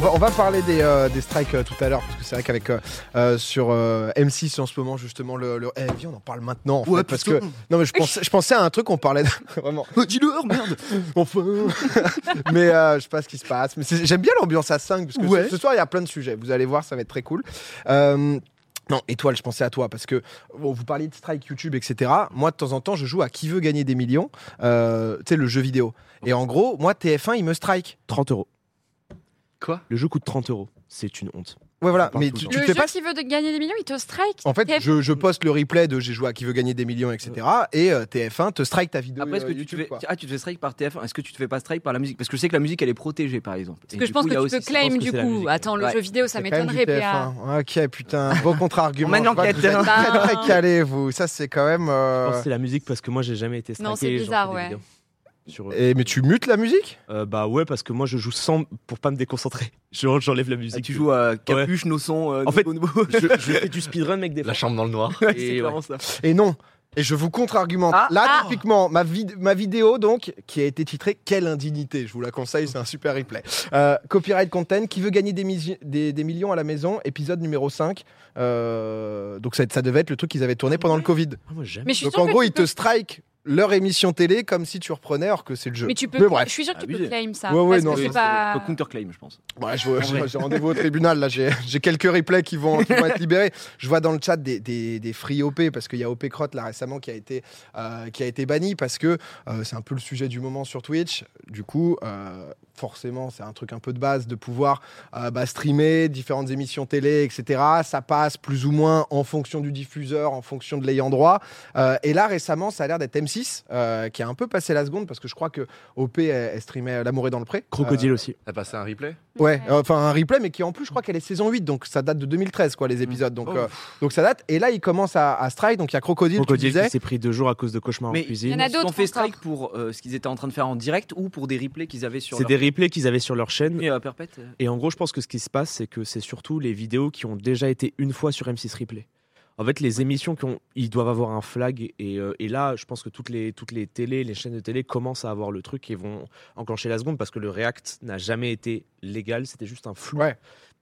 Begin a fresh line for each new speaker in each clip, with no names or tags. va, on va parler des, euh, des strikes euh, tout à l'heure, parce que c'est vrai qu'avec euh, euh, sur euh, M6 en ce moment, justement, le, le- Eh, viens, on en parle maintenant. en
Ouais,
fait, parce que.
putain.
Non, mais je pensais, je pensais à un truc, on parlait. de- Vraiment.
Euh, Dis-le, oh, merde
Enfin. mais euh, je sais pas ce qui se passe. Mais c'est- j'aime bien l'ambiance à 5, parce que
Ouais.
ce, ce soir, il y a plein de sujets. Vous allez voir, ça va être très cool. Euh, non, étoile, je pensais à toi parce que bon, vous parliez de strike YouTube, etc. Moi, de temps en temps, je joue à qui veut gagner des millions, euh, tu sais, le jeu vidéo. Et en gros, moi, TF1, il me strike.
30 euros.
Quoi
Le jeu coûte 30 euros. C'est une honte.
Ouais, voilà.
parle
Mais
tout
tu,
le
tu
le
fais
jeu
pas Oh.
qui veut de gagner des millions, il te strike.
En fait,
TF1.
je, je poste le replay de j'ai joué à qui veut gagner des millions, etc. Et euh, TF1 te strike ta vidéo.
Après, est-ce que
euh,
tu te
YouTube,
fais...
quoi.
Ah, tu te fais strike par TF1. Est-ce que tu te fais pas strike par la musique Parce que je sais que la musique, elle est protégée, par exemple.
Parce que je pense que tu peux
je
claim
pense que
du
c'est la
coup.
musique.
Attends, le
Ouais.
jeu vidéo, ça
C'est quand même du
m'étonnerait, PA.
TF1. Ok, putain, beau contre-argument.
On mène
Je vois que
l'enquête.
Vous
hein.
êtes
Ben.
très, très calé, vous. Ça, c'est quand même.
Je
euh,
pense que c'est la musique parce que moi j'ai jamais été striké.
Non, c'est
j'en fais
bizarre,
des
ouais.
vidéos. Sur-
Et, mais tu mutes la musique
Euh, bah ouais parce que moi je joue sans pour pas me déconcentrer. Je- J'enlève la musique.
Si Ah, tu joues à Capuche, nos sons.
En fait,
je,
je, je fais du speedrun mec des fois.
La chambre dans le noir.
Ouais,
Et
c'est
ouais.
clairement ça.
Et non. Et je vous contre-argumente.
Ah,
Là,
ah.
typiquement, ma, vid- ma vidéo, donc, qui a été titrée Quelle indignité. Je vous la conseille, c'est un super replay. Euh, copyright content, qui veut gagner des, misi- des- des millions à la maison, épisode numéro 5. Euh, donc, ça, ça devait être le truc qu'ils avaient tourné pendant le Covid.
Ah, moi, jamais.
Mais je suis
Donc
sûre
en
que
gros,
tu
ils
peux-
te strike leur émission télé comme si tu reprenais alors que c'est le jeu.
Mais tu peux.
Mais bref.
Je suis sûre que tu peux
Abusé.
claim ça.
Ouais, ouais,
parce
non,
que
oui,
c'est
c'est-
pas.
Faut counter-claim, je pense.
Ouais, Bah, je vois-
En vrai.
j'ai j'ai rendez-vous au tribunal, là, j'ai j'ai quelques replays qui vont, qui vont être libérés. Je vois dans le chat des, des, des free OP, parce qu'il y a OP Crotte, là, récemment, qui a été, euh, qui a été banni, parce que euh, c'est un peu le sujet du moment sur Twitch. Du coup, euh, forcément, c'est un truc un peu de base de pouvoir euh, bah, streamer différentes émissions télé, etc. Ça passe plus ou moins en fonction du diffuseur, en fonction de l'ayant droit. Euh, et là, récemment, ça a l'air d'être M6, euh, qui a un peu passé la seconde, parce que je crois que OP, elle, elle streamait L'amour est dans le pré.
Crocodile aussi.
T'as passé un replay
Ouais, euh, enfin un replay, mais qui en plus, je crois qu'elle est saison 8, donc ça date de 2013,
Mm.
quoi, les épisodes. Donc,
Oh.
euh, donc ça date. Et là, il commence à, à strike, donc il y a Crocodile,
Crocodile
tu disais.
qui s'est pris deux jours à cause de cauchemars
Mais-
en cuisine.
Il y en a
Ils se sont
d'autres
fait strike pour euh, ce qu'ils étaient en train de faire en direct ou pour des replays qu'ils avaient sur
C'est
leur
des replays qu'ils avaient sur leur chaîne.
Et, euh, perpète. euh.
Et en gros, je pense que ce qui se passe, c'est que c'est surtout les vidéos qui ont déjà été une fois sur M6 Replay. En fait, les émissions qui ont, ils doivent avoir un flag. Et, euh, et là, je pense que toutes les, toutes les télés, les chaînes de télé commencent à avoir le truc et vont enclencher la seconde parce que le React n'a jamais été légal. C'était juste un flou.
Ouais.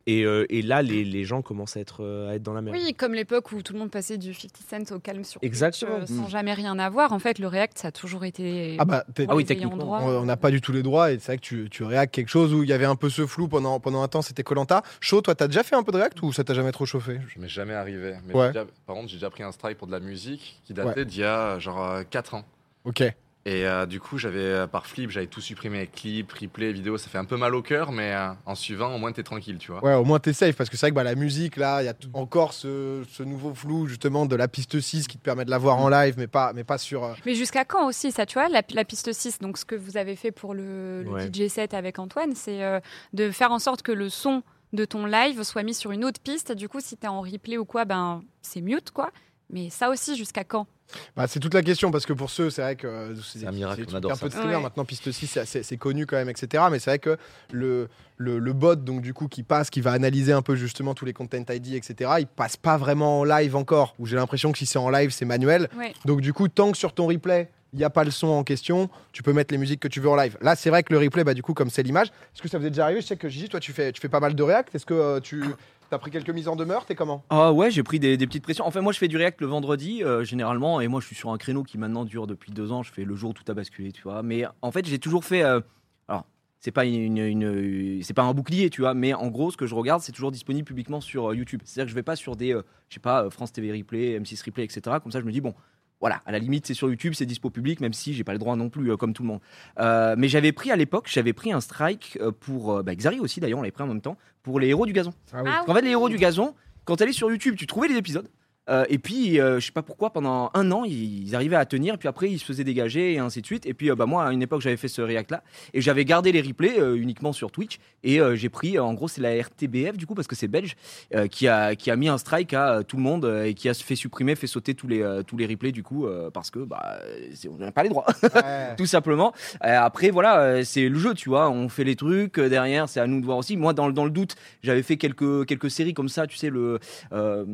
Et, euh, et là, les, les gens commencent à être, euh, à être dans la merde.
Oui, comme l'époque où tout le monde passait du 50 cent au calme sur Twitch,
Exactement.
euh, sans jamais rien avoir. En fait, le React, ça a toujours été.
Mm. Ah bah, t'es-
pour
Ah oui,
les ayants
techniquement.
droit.
on on n'a pas du tout les droits, et c'est vrai que tu, tu réactes quelque chose où il y avait un peu ce flou pendant, pendant un temps, c'était Colanta. Chaud, toi, t'as déjà fait un peu de react ou ça t'a jamais trop chauffé
Je m'ai jamais arrivé. Mais
Ouais.
j'ai déjà- par contre, j'ai déjà pris un strike pour de la musique qui datait d'il y a euh, genre 4 ans.
Ok.
Et euh, du coup, j'avais euh, par flip, j'avais tout supprimé, clips, replay, vidéos. Ça fait un peu mal au cœur, mais euh, en suivant, au moins t'es tranquille, tu vois.
Ouais, au moins t'es safe, parce que c'est vrai que bah, la musique, là, il y a t- encore ce, ce nouveau flou, justement, de la piste 6 qui te permet de la voir en live, mais pas, mais pas sur. euh,
Mais jusqu'à quand aussi, ça, tu vois, la, la piste 6, donc ce que vous avez fait pour le, le
Ouais.
DJ set avec Antoine, c'est euh, de faire en sorte que le son de ton live soit mis sur une autre piste. Du coup, si t'es en replay ou quoi, ben c'est mute, quoi. Mais ça aussi, jusqu'à quand
Bah, c'est toute la question parce que pour ceux, c'est vrai que euh,
C'est un miracle,
c'est des
on adore
trucs Un peu
ça.
de streamer.
Ouais.
maintenant, piste 6, c'est assez- c'est connu quand même, etc. Mais c'est vrai que le, le, le bot, donc du coup, qui passe, qui va analyser un peu justement tous les content ID, etc. Il passe pas vraiment en live encore. Où j'ai l'impression que si c'est en live, c'est manuel.
ouais.
Donc du coup, tant que sur ton replay, il n'y a pas le son en question, tu peux mettre les musiques que tu veux en live. Là, c'est vrai que le replay, bah du coup, comme c'est l'image, est-ce que ça vous est déjà arrivé Je sais que Gigi, toi, tu fais, tu fais pas mal de react. Est-ce que euh, tu as pris quelques mises en demeure T'es comment
Ah ouais, j'ai pris des, des petites pressions. Enfin, moi, je fais du React le vendredi, euh, généralement, et moi, je suis sur un créneau qui maintenant dure depuis deux ans. Je fais le jour où tout a basculé, tu vois. Mais en fait, j'ai toujours fait. euh, alors, c'est pas une, une- une- c'est pas un bouclier, tu vois. Mais en gros, ce que je regarde, c'est toujours disponible publiquement sur euh, YouTube. C'est-à-dire que je vais pas sur des, euh, je sais pas, euh, France TV Replay, M6 Replay, etc. Comme ça, je me dis bon. Voilà, à la limite, c'est sur YouTube, c'est dispo public, même si j'ai pas le droit non plus, euh, comme tout le monde. Euh, mais j'avais pris à l'époque, j'avais pris un strike euh, pour euh, bah, Xari aussi d'ailleurs, on l'avait pris en même temps pour les héros du gazon.
Ah oui.
Ah
Parce qu'en fait, les héros du gazon, quand elle est sur YouTube, tu trouvais les épisodes. euh, et puis, euh, je sais pas pourquoi, pendant un an, ils, ils arrivaient à tenir. Puis après, ils se faisaient dégager et ainsi de suite. Et puis, euh, bah, moi, à une époque, j'avais fait ce react-là. Et j'avais gardé les replays euh, uniquement sur Twitch. Et euh, j'ai pris, euh, en gros, c'est la RTBF, du coup, parce que c'est belge, euh, qui, a, qui a mis un strike à euh, tout le monde euh, et qui a fait supprimer, fait sauter tous les, euh, tous les replays, du coup, euh, parce que bah, c'est- on n'a pas les droits
Ouais.
tout simplement. Euh, après, voilà, euh, c'est le jeu, tu vois. On fait les trucs. euh, derrière, c'est à nous de voir aussi. Moi, dans, le- dans le doute, j'avais fait quelques, quelques séries comme ça, tu sais, le, euh,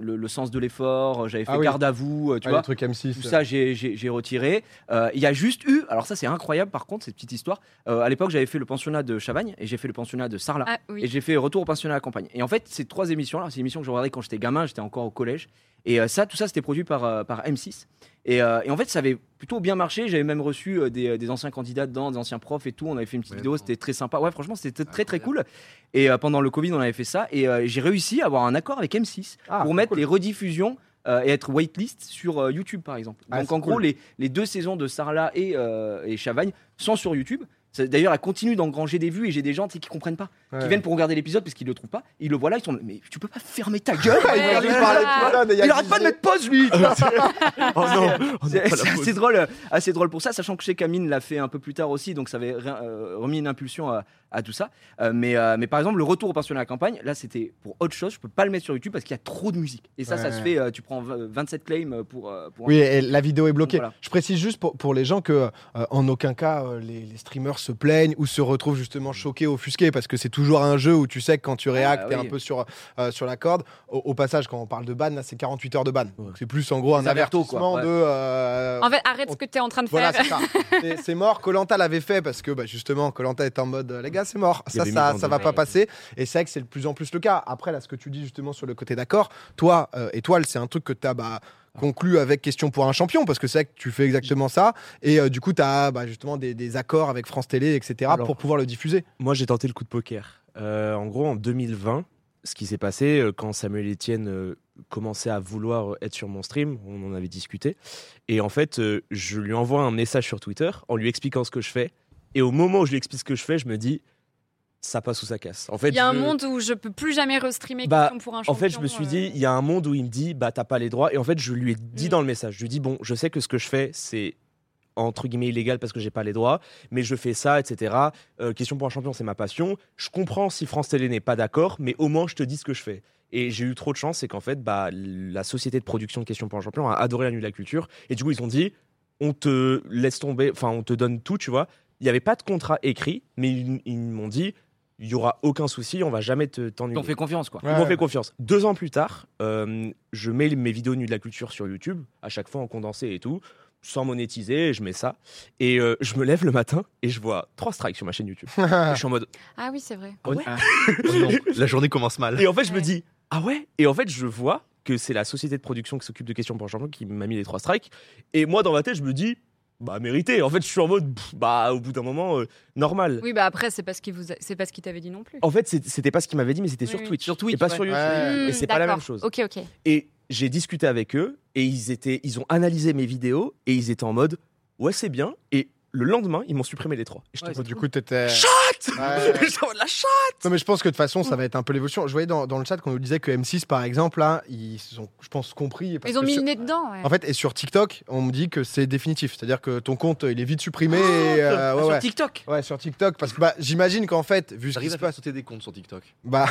le, le sens de l'effort, j'avais fait
Ah oui.
garde à vous, euh, tu
Ah,
vois.
le truc M6.
Tout ça, j'ai- j'ai j'ai retiré. Euh, Il y a juste eu, alors ça c'est incroyable par contre, cette petite histoire. Euh, à l'époque, j'avais fait le pensionnat de Chavagne et j'ai fait le pensionnat de Sarlat.
Ah
Et
oui.
j'ai fait Retour au pensionnat à la campagne. Et en fait, ces trois émissions-là, c'est des émissions que je regardais quand j'étais gamin, j'étais encore au collège. Et euh, ça, tout ça, c'était produit par, euh, par M6. Et, euh, et en fait, ça avait plutôt bien marché. J'avais même reçu euh, des, des anciens candidats dedans, des anciens profs et tout. On avait fait une petite
Ouais,
vidéo,
bon.
c'était très sympa. Ouais, franchement, c'était très très cool. Et euh, pendant le Covid, on avait fait ça. Et euh, j'ai réussi à avoir un accord avec M6
Ah,
pour mettre
cool.
les rediffusions euh, et être whitelist sur euh, YouTube, par exemple.
Ah,
Donc,
c'est
en gros,
cool.
les, les deux saisons de Sarla et, euh, et Chavagne sont sur YouTube. Ça- D'ailleurs, elle continue d'engranger des vues et j'ai des gens tu sais, qui comprennent pas qui viennent pour regarder l'épisode parce qu'ils le trouvent pas. Ils le voient là, ils sont mais tu peux pas fermer ta gueule.
Il
Ouais,
arrête
ouais, ouais.
Il arrête pas de mettre pause lui. tu vois.
Oh non, oh non,
C'est
pas la
c'est
pause.
assez drôle, euh, assez drôle pour ça, sachant que chez Camille l'a fait un peu plus tard aussi, donc ça avait rien, euh, remis une impulsion à, à tout ça. Euh, mais, euh, mais par exemple, le retour au pensionnat à la campagne, là c'était pour autre chose. Je peux pas le mettre sur YouTube parce qu'il y a trop de musique. Et ça, ça
Ouais.
se fait. euh, tu prends v- 27 claims pour. euh, pour un-
Oui, et la vidéo est bloquée.
Voilà.
Je précise juste pour, pour les gens que, euh, en aucun cas, euh, les, les streamers se plaignent ou se retrouvent justement choqués, offusqués, parce que c'est toujours un jeu où tu sais que quand tu réactes, t'es
Ah, bah oui.
un peu sur, euh, sur la corde. Au, au passage, quand on parle de ban, là, c'est 48 heures de ban.
Ouais.
C'est plus en gros un
Des avertos, quoi,
avertissement
ouais.
de. euh,
En fait, arrête ce que tu es en train de
Voilà,
faire.
c'est ça. C'est- C'est mort. Colanta l'avait fait parce que bah, justement, Colanta est en mode euh, les gars, c'est mort.
Il y
Ça,
avait une
ça,
mise en
ça va
demeure.
pas passer. Et c'est vrai que c'est de plus en plus le cas. Après, là, ce que tu dis justement sur le côté d'accord, toi, euh, Étoile, c'est un truc que tu as bah, conclu avec Question pour un champion parce que c'est vrai que tu fais exactement ça. Et euh, du coup, tu as justement des, des accords avec France Télé, etc.
Alors.
pour pouvoir le diffuser.
Moi, j'ai tenté le coup de poker. Euh, en gros, en 2020, ce qui s'est passé euh, quand Samuel Etienne euh, commençait à vouloir euh, être sur mon stream, on en avait discuté. Et en fait, euh, je lui envoie un message sur Twitter en lui expliquant ce que je fais. Et au moment où je lui explique ce que je fais, je me dis, ça passe ou ça casse. En fait,
Il y a un
je-
monde où je peux plus jamais restreamer
Bah,
Question pour un
En fait, je
champion,
me suis
euh,
dit, il y a un monde où il me dit, bah, t'as pas les droits. Et en fait, je lui ai dit
Mm.
dans le message, je lui ai dit, bon, je sais que ce que je fais, c'est entre guillemets illégal parce que j'ai pas les droits, mais je fais ça, etc. Euh, question pour un champion, c'est ma passion. Je comprends si France Télé n'est pas d'accord, mais au moins, je te dis ce que je fais. Et j'ai eu trop de chance, c'est qu'en fait, bah, la société de production de Question pour un champion a adoré la nuit de la culture. Et du coup, ils ont dit, on te laisse tomber, enfin, on te donne tout, tu vois. Il n'y avait pas de contrat écrit, mais ils, ils m'ont dit, il y aura aucun souci, on va jamais te-
Ils t'ont
t'ennuyer.
fait confiance quoi.
Ils m'ont fait confiance. Deux ans plus tard, euh, je mets mes vidéos nues de la culture sur YouTube, à chaque fois en condensé et tout, sans monétiser, et je mets ça. Et euh, je me lève le matin et je vois trois strikes sur ma chaîne YouTube. Et je suis en mode.
Ah oui, c'est vrai.
Ah ouais
La journée commence mal.
Et en fait, je me
Ouais.
dis, ah ouais Et en fait, je vois que c'est la société de production qui s'occupe de questions pour un champion qui m'a mis les trois strikes. Et moi, dans ma tête, je me dis, bah mérité. En fait, je suis en mode, pff, bah au bout d'un moment, euh, normal.
Oui, bah après, c'est parce qu'il vous, a- c'est parce qu'il t'avait dit non plus.
En fait, c'est- c'était pas ce qu'il m'avait dit, mais c'était
Oui,
sur
oui.
Twitch.
Sur Twitch,
Et pas
ouais.
sur YouTube.
Ouais.
Et
Hmm,
c'est pas la
d'accord.
même chose.
Ok, ok.
Et j'ai discuté avec eux et ils étaient, ils ont analysé mes vidéos et ils étaient en mode ouais c'est bien et le lendemain ils m'ont supprimé les trois. Et j'étais en
Ouais,
mode,
Du coup, t'étais. Ouais.
J'étais en mode, la chatte
Non, mais je pense que de toute façon, ça va être un peu l'évolution. Je voyais dans, dans le chat qu'on nous disait que M6, par exemple, là, ils ont, je pense, compris. parce
Ils ont
que
mis
sur-
le nez dedans. ouais.
En fait, et sur TikTok, on me dit que c'est définitif. C'est-à-dire que ton compte, il est vite supprimé.
Ah,
et, euh, ouais,
Sur
ouais.
TikTok.
Ouais, sur TikTok. Parce que bah, j'imagine qu'en fait, vu ce qui
J'arrive
se
à faire
passe,
sauter des comptes sur TikTok.
bah,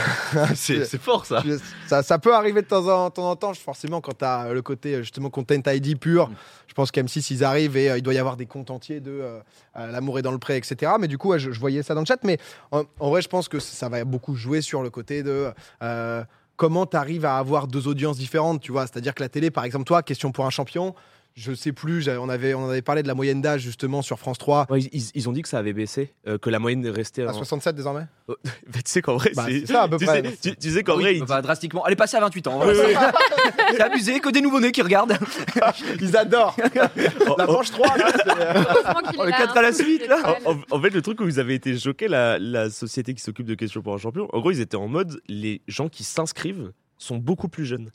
C'est c'est fort ça.
tu- ça, ça peut arriver de temps en, temps en temps. Je- Forcément, quand tu as le côté euh, justement content ID pur,
Mm.
je pense qu'M6, ils arrivent et euh, il doit y avoir des comptes entiers de euh, euh, L'amour est dans le pré, etc. Mais du coup, ouais, je, je voyais ça dans le chat. Mais en, en vrai, je pense que ça va beaucoup jouer sur le côté de. euh, Comment tu arrives à avoir deux audiences différentes, tu vois C'est-à-dire que la télé, par exemple, toi, question pour un champion, je sais plus, j'avais- on avait, on avait parlé de la moyenne d'âge justement sur France 3
Ouais, ils, ils- ils ont dit que ça avait baissé, euh, que la moyenne restait.
à
en-
67 désormais.
Bah, tu sais qu'en vrai,
Ah, Bah,
c'est-
c'est ça à peu
tu,
près.
sais, tu- tu sais qu'en
Oui,
vrai, ils-
bah, drastiquement. Elle est passée à 28 ans. voilà. c'est abusé que des nouveau-nés qui regardent.
Ils adorent La
en-
branche 3 là, c'est, euh,
Heureusement qu'il
Oh,
est
le
là,
quatre
hein,
à la
c'est
suite, là.
génial.
en, en- en fait, le truc où ils avaient été choqués, la, la société qui s'occupe de questions pour un champion, en gros, ils étaient en mode les gens qui s'inscrivent sont beaucoup plus jeunes.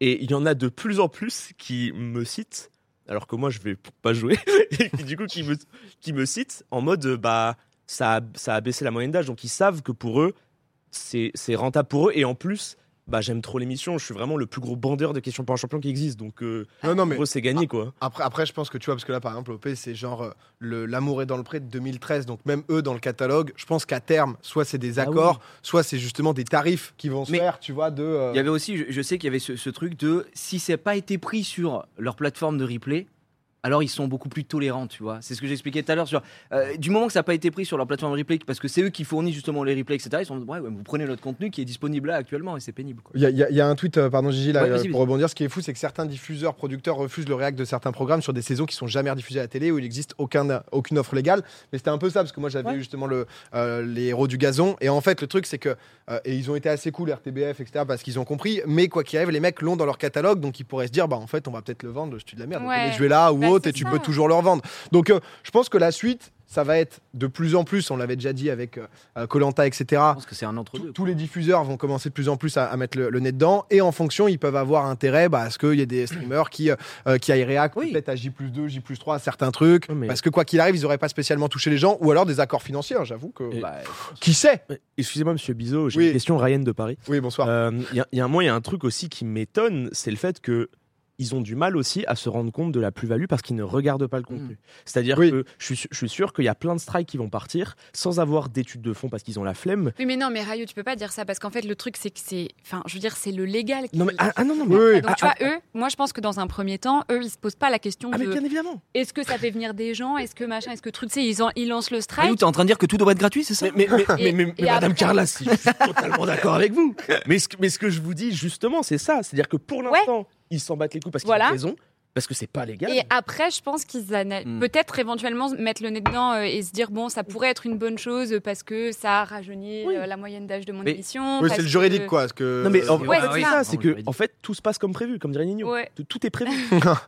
Et il y en a de plus en plus qui me citent, alors que moi, je vais p- pas jouer, et qui, du coup, qui me, qui me citent en mode euh, bah, ça a, ça a baissé la moyenne d'âge. Donc, ils savent que pour eux, c'est c'est rentable pour eux. Et en plus, bah, j'aime trop l'émission. Je suis vraiment le plus gros bandeur de questions pour un champion qui existe. Donc, euh,
Non, non, mais
pour eux, c'est gagné, quoi.
Après, après, je pense que tu vois, parce que là, par exemple, OP, c'est genre euh, le- L'amour est dans le pré de 2013, donc même eux dans le catalogue, je pense qu'à terme, soit c'est des
Ah
accords, soit c'est justement des tarifs qui vont se
Bah Mais-
faire, tu vois, de. euh,
Il y avait aussi, je, je sais qu'il y avait ce, ce truc de si c'est pas été pris sur leur plateforme de replay, alors ils sont beaucoup plus tolérants, tu vois. C'est ce que j'expliquais tout à l'heure sur euh, du moment que ça n'a pas été pris sur leur plateforme replay, parce que c'est eux qui fournissent justement les replays, etc. Ils sont ouais, ouais, vous prenez notre contenu qui est disponible là actuellement et c'est pénible. Quoi.
Il y, a- il y a- il y a un tweet, euh, pardon Gigi, là,
Ouais,
euh,
vas-y, vas-y.
pour rebondir. Ce qui est fou, c'est que certains diffuseurs, producteurs refusent le réact de certains programmes sur des saisons qui sont jamais rediffusées à la télé où il n'existe aucun, aucune offre légale. Mais c'était un peu ça, parce que moi j'avais
Ouais.
eu justement le, euh, les héros du gazon. Et en fait, le truc, c'est que. euh, et ils ont été assez cool, RTBF, etc., parce qu'ils ont compris. Mais quoi qu'il arrive, les mecs l'ont dans leur catalogue, donc ils pourraient se dire, bah en fait, on va peut-être le vendre, je suis de la merde. Donc,
Ouais.
allez, je vais là ou
Bah,
autre,
c'est
et tu
ça.
peux toujours le revendre. Donc euh, je pense que la suite, ça va être de plus en plus, on l'avait déjà dit avec euh, Colanta, etc.
Je pense que c'est un entre
Tous-
deux.
tous les diffuseurs vont commencer de plus en plus à, à mettre le, le nez dedans et en fonction ils peuvent avoir intérêt bah, à ce qu'il y ait des streamers qui, euh, qui aillent réact
Oui.
peut-être à J2, J3 à certains trucs
Ouais, mais-
parce que quoi qu'il arrive ils n'auraient pas spécialement touché les gens ou alors des accords financiers hein, j'avoue que
Et-
Bah,
qui sait
Ouais, Excusez-moi, monsieur Bizot, j'ai
Oui.
une question, Ryan de Paris.
oui bonsoir
Euh, Il y, a- il y a un moment, il y a un truc aussi qui m'étonne, c'est le fait que ils ont du mal aussi à se rendre compte de la plus-value parce qu'ils ne regardent
Mm.
pas le contenu. C'est-à-dire
Oui.
que je suis, su- je suis sûr qu'il y a plein de strikes qui vont partir sans avoir d'études de fond parce qu'ils ont la flemme.
Oui, mais non, mais Rayou, tu peux pas dire ça parce qu'en fait, le truc, c'est que c'est. Enfin, je veux dire, c'est le légal qui.
Non mais ah, ah non non mais,
Oui, oui.
Donc, tu vois, eux, moi, je pense que dans un premier temps, eux, ils se posent pas la question
ah, mais
de
bien évidemment.
est-ce que ça fait venir des gens, est-ce que machin, est-ce que truc, tu sais, ils, en- ils lancent le
Rayou,
strike.
t'es en train de dire que tout doit être gratuit, c'est ça
Mais, mais, mais,
Et-
mais- mais-
et
mais Madame
après-
Carla, si, je suis totalement d'accord avec vous. Mais ce, que- mais ce que je vous dis justement, c'est ça. C'est-à-dire que pour l'instant, ils s'en battent les couilles parce qu'ils
Voilà.
ont raison, parce que c'est pas légal.
Et après, je pense qu'ils ana-
Hmm.
peut-être éventuellement se mettre le nez dedans euh, et se dire bon, ça pourrait être une bonne chose euh, parce que ça rajeunit
Oui.
euh, la moyenne d'âge de mon
Mais-
émission.
oui
parce
c'est le
que-
juridique quoi parce que euh,
Non mais en, en
Ouais,
fait,
c'est
c'est
ça.
ça,
Ah
c'est que en fait tout se passe comme prévu, comme dirait Nino.
Ouais.
Tout, tout est prévu.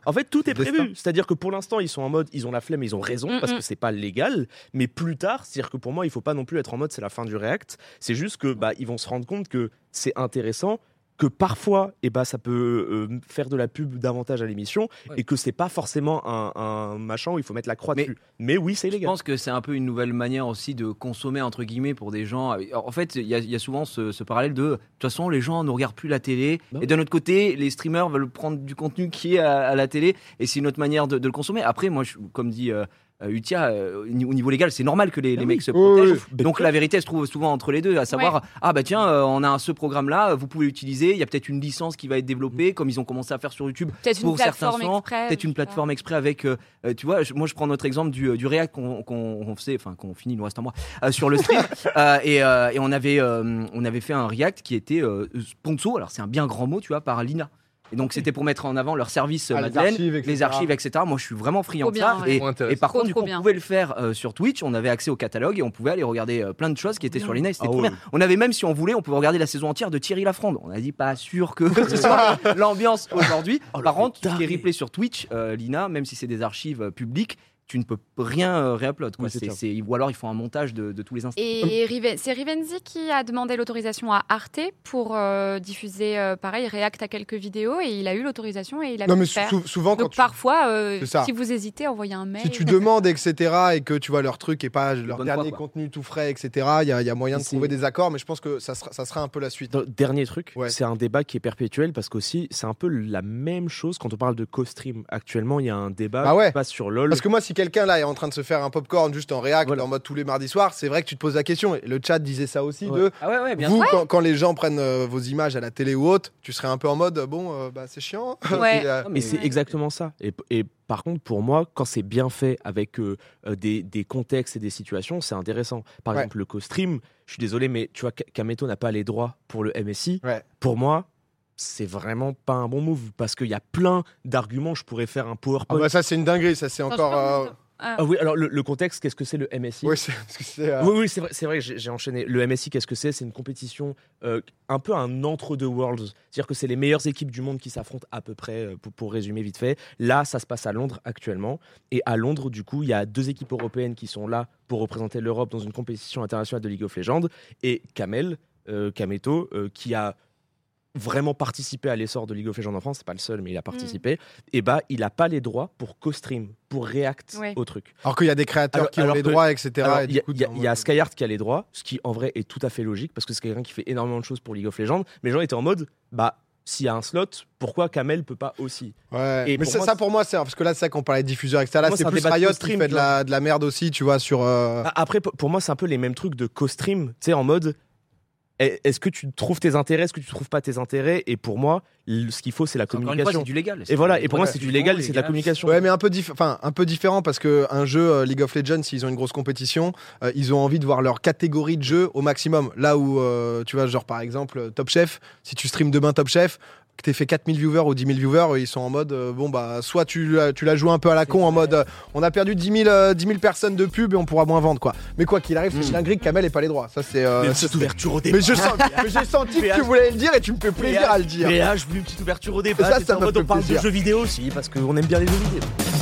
en fait, tout est
Destin.
prévu. C'est-à-dire que pour l'instant, ils sont en mode, ils ont la flemme, ils ont raison
Mm,
parce
mm.
que c'est pas légal. Mais plus tard, c'est-à-dire que pour moi, il faut pas non plus être en mode, c'est la fin du React. C'est juste que bah ils vont se rendre compte que c'est intéressant, que parfois, et bah ça peut euh, faire de la pub davantage à l'émission
Ouais.
et que c'est pas forcément un, un machin où il faut mettre la croix
Mais-
dessus. Mais oui, c'est
Je
légal.
pense que c'est un peu une nouvelle manière aussi de consommer, entre guillemets, pour des gens. Alors, En fait, il y, a- il y a souvent ce, ce parallèle de de toute façon, les gens ne regardent plus la télé.
Bah
et d'un autre côté, les streamers veulent prendre du contenu qui est à, à la télé. Et c'est une autre manière de, de le consommer. Après, moi, je- comme dit euh, euh, Utia, euh, au ni- au niveau légal, c'est normal que les, les
oui.
mecs se
Ah Oui,
protègent.
oui.
Mais
Donc la vérité elle se trouve souvent entre les deux, à savoir ah bah tiens euh, on a ce programme là, vous pouvez l'utiliser, il y a peut-être une licence qui va être développée
Mm.
comme ils ont commencé à faire sur YouTube
Peut-être une
pour certains
plateforme
gens,
exprès.
peut-être
je
une
sais pas.
plateforme exprès avec, euh, euh, tu vois, je- moi je prends notre exemple du, euh, du React qu'on qu'on- qu'on faisait, enfin qu'on finit, il nous reste un mois, euh, sur le stream. Euh, et, euh, et on, avait, euh, on avait fait un React qui était euh, sponsor, alors c'est un bien grand mot, tu vois, par Lina. Et donc c'était pour mettre en avant leur service euh,
Ah, les
Madeleine,
archives, etc..
les archives, etc. Moi je suis vraiment friand
Trop
de ça.
bien, ouais.
Et,
Trop intéressant.
et par
Euh, Trop,
contre, du
trop
coup,
bien.
on pouvait le faire euh, sur Twitch, on avait accès au catalogue et on pouvait aller regarder euh, plein de choses qui étaient sur Lina et c'était
Ah
trop
ouais.
bien. On avait même, si on voulait, on pouvait regarder la saison entière de Thierry Lafronde. On a dit pas sûr que ce soit l'ambiance aujourd'hui.
Oh, le
Par contre, tout ce qui est
taré.
replay sur Twitch, euh, Lina, même si c'est des archives euh, publiques, tu ne peux rien euh, réupload. quoi.
Oui, c'est
C'est-
clair.
c'est- ou alors ils font un montage de, de tous les instants.
Hum.
Et Riven- c'est Rivenzi qui a demandé l'autorisation à Arte pour euh, diffuser, euh, pareil, React à quelques vidéos et il a eu l'autorisation et il a
non
pu
mais
le faire.
sou- souvent quand
Donc
tu-
parfois, euh,
C'est ça.
si vous hésitez, envoyez un mail.
si tu demandes, etc., et que tu vois leur truc et pas leur
bonne
dernier
foi, quoi.
contenu tout frais, etc., il y, a- il y a moyen
Et
de
c'est-
trouver des accords, mais je pense que ça sera, ça sera un peu la suite.
D- Dernier truc,
Ouais.
c'est un débat qui est perpétuel parce qu'aussi, c'est un peu la même chose quand on parle de co-stream. Actuellement, il y a un débat
Ah ouais.
qui passe sur LoL.
Parce que moi, si quelqu'un là est en train de se faire un popcorn juste en réact,
Voilà.
en mode tous les mardis soirs, c'est vrai que tu te poses la question. Et le chat disait ça aussi
Ouais.
de
Ah ouais, ouais, bien
vous,
sûr.
quand, quand les gens prennent euh, vos images à la télé ou autre, tu serais un peu en mode euh, bon, euh, bah, c'est chiant.
Ouais.
Et, euh,
Non,
Et
mais
c'est
Ouais.
exactement ça. Et, et par contre, pour moi, quand c'est bien fait avec euh, euh, des, des contextes et des situations, c'est intéressant. Par
Ouais.
exemple, le co-stream, je suis désolé, mais tu vois, Ka- Kameto n'a pas les droits pour le MSI.
Ouais.
Pour moi, c'est vraiment pas un bon move parce qu'il y a plein d'arguments. Je pourrais faire un
ah
PowerPoint.
bah, ça, c'est une dinguerie. Ça, c'est
Attends,
encore.
je
euh,
peux remonter.
Ah oui, alors le, le contexte, qu'est-ce que c'est le MSI
ouais, c'est- parce que c'est, euh,
Oui, oui, c'est vrai, c'est vrai j'ai j'ai enchaîné. Le MSI, qu'est-ce que c'est C'est une compétition, euh, un peu un entre-deux worlds. C'est-à-dire que c'est les meilleures équipes du monde qui s'affrontent à peu près, euh, pour, pour résumer vite fait. Là, ça se passe à Londres actuellement. Et à Londres, du coup, il y a deux équipes européennes qui sont là pour représenter l'Europe dans une compétition internationale de League of Legends. Et Kamel, euh, Kameto, euh, qui a vraiment participé à l'essor de League of Legends en France, c'est pas le seul, mais il a participé, et bah il a pas les droits pour co-stream, pour react
Ouais.
au truc.
Alors qu'il y a des créateurs
Alors-
qui ont
alors
les
que-
droits, etc.
Alors,
et
Il
du
y, a-
coup,
il y a-
t'es en
il y a
mode-
Skyheart qui a les droits, ce qui en vrai est tout à fait logique parce que c'est quelqu'un qui fait énormément de choses pour League of Legends. Mais les gens étaient en mode, bah s'il y a un slot, pourquoi Kamel peut pas aussi
Ouais.
Et
mais
pour
ça,
moi,
ça,
c'est-
pour moi, c'est parce que là, c'est ça qu'on parlait de diffuseur, etc. Là,
Moi,
c'est
c'est un
plus
débat de
Riot qui
stream,
fait de la, de la merde aussi, tu vois, sur. euh,
Bah, Ah, Après, pour pour moi, c'est un peu les mêmes trucs de co-stream, tu sais, en mode. est- est-ce que tu trouves tes intérêts, est-ce que tu trouves pas tes intérêts Et pour moi, l- ce qu'il faut, c'est la
Encore une fois, c'est
communication.
du légal.
Et voilà, et pour moi,
Ouais.
c'est du légal et c'est de la communication.
Ouais, mais un peu, diff- enfin, un peu différent parce que un jeu euh, League of Legends, s'ils ont une grosse compétition, euh, ils ont envie de voir leur catégorie de jeu au maximum. Là où, euh, tu vois, genre par exemple, euh, Top Chef, si tu streams demain Top Chef, que t'aies fait 4000 viewers ou 10 000 viewers, ils sont en mode, euh, bon, bah, soit tu, l'as- tu l'as joué un peu à la con, en mode, euh, on a perdu 10 000, euh, 10 000 personnes de pub et on pourra moins vendre, quoi. Mais quoi qu'il arrive, c'est dinguerie que Kamel ait pas les droits. Ça, c'est. euh, ça, c'est-
ouverture au
mais je sens- mais j'ai senti que tu voulais le dire et tu me fais plaisir à le dire.
là, je voulais une petite ouverture au débat.
Ça,
j'étais
ça
en
m'a
mode,
fait
on parle de
plaisir.
jeux vidéo aussi, parce qu'on aime bien les jeux vidéo.